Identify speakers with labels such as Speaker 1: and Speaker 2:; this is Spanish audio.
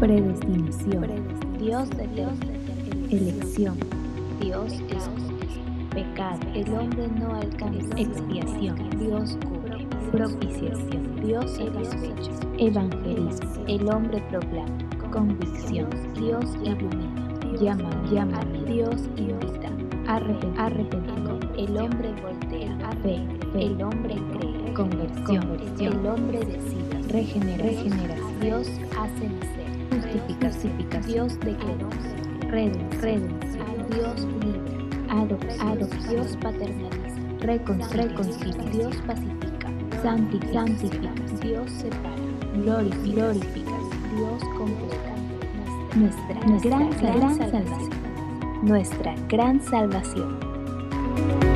Speaker 1: Predestinación.
Speaker 2: Dios determina.
Speaker 1: Elección.
Speaker 2: Dios es pecado. El hombre no alcanza
Speaker 1: Expiación.
Speaker 2: Dios cubre.
Speaker 1: Propiciación.
Speaker 2: Dios satisfecho.
Speaker 1: Evangelismo.
Speaker 2: El hombre proclama.
Speaker 1: Convicción.
Speaker 2: Dios ilumina.
Speaker 1: Llama, llama.
Speaker 2: Dios invita.
Speaker 1: Arrepent-
Speaker 2: Arrepentido.
Speaker 1: Arrepentimiento.
Speaker 2: El hombre voltea.
Speaker 1: Fe. Fe.
Speaker 2: El hombre cree.
Speaker 1: Conversión.
Speaker 2: El hombre decide.
Speaker 1: Regenera- regeneración.
Speaker 2: Dios hace nacer.
Speaker 1: Justificación.
Speaker 2: Dios declaró.
Speaker 1: Redu- Redención.
Speaker 2: A Dios libre.
Speaker 1: Adop-
Speaker 2: Dios
Speaker 1: Adopción.
Speaker 2: paternaliza.
Speaker 1: Recon- Reconciliación.
Speaker 2: Dios pacifica.
Speaker 1: Santi-
Speaker 2: Santifica.
Speaker 1: Santificación.
Speaker 2: Dios separa.
Speaker 1: Glorifi- Glorificación.
Speaker 2: Dios completa.
Speaker 1: Nuestra gran, gran
Speaker 2: salvación.
Speaker 1: salvación.
Speaker 2: Nuestra gran salvación.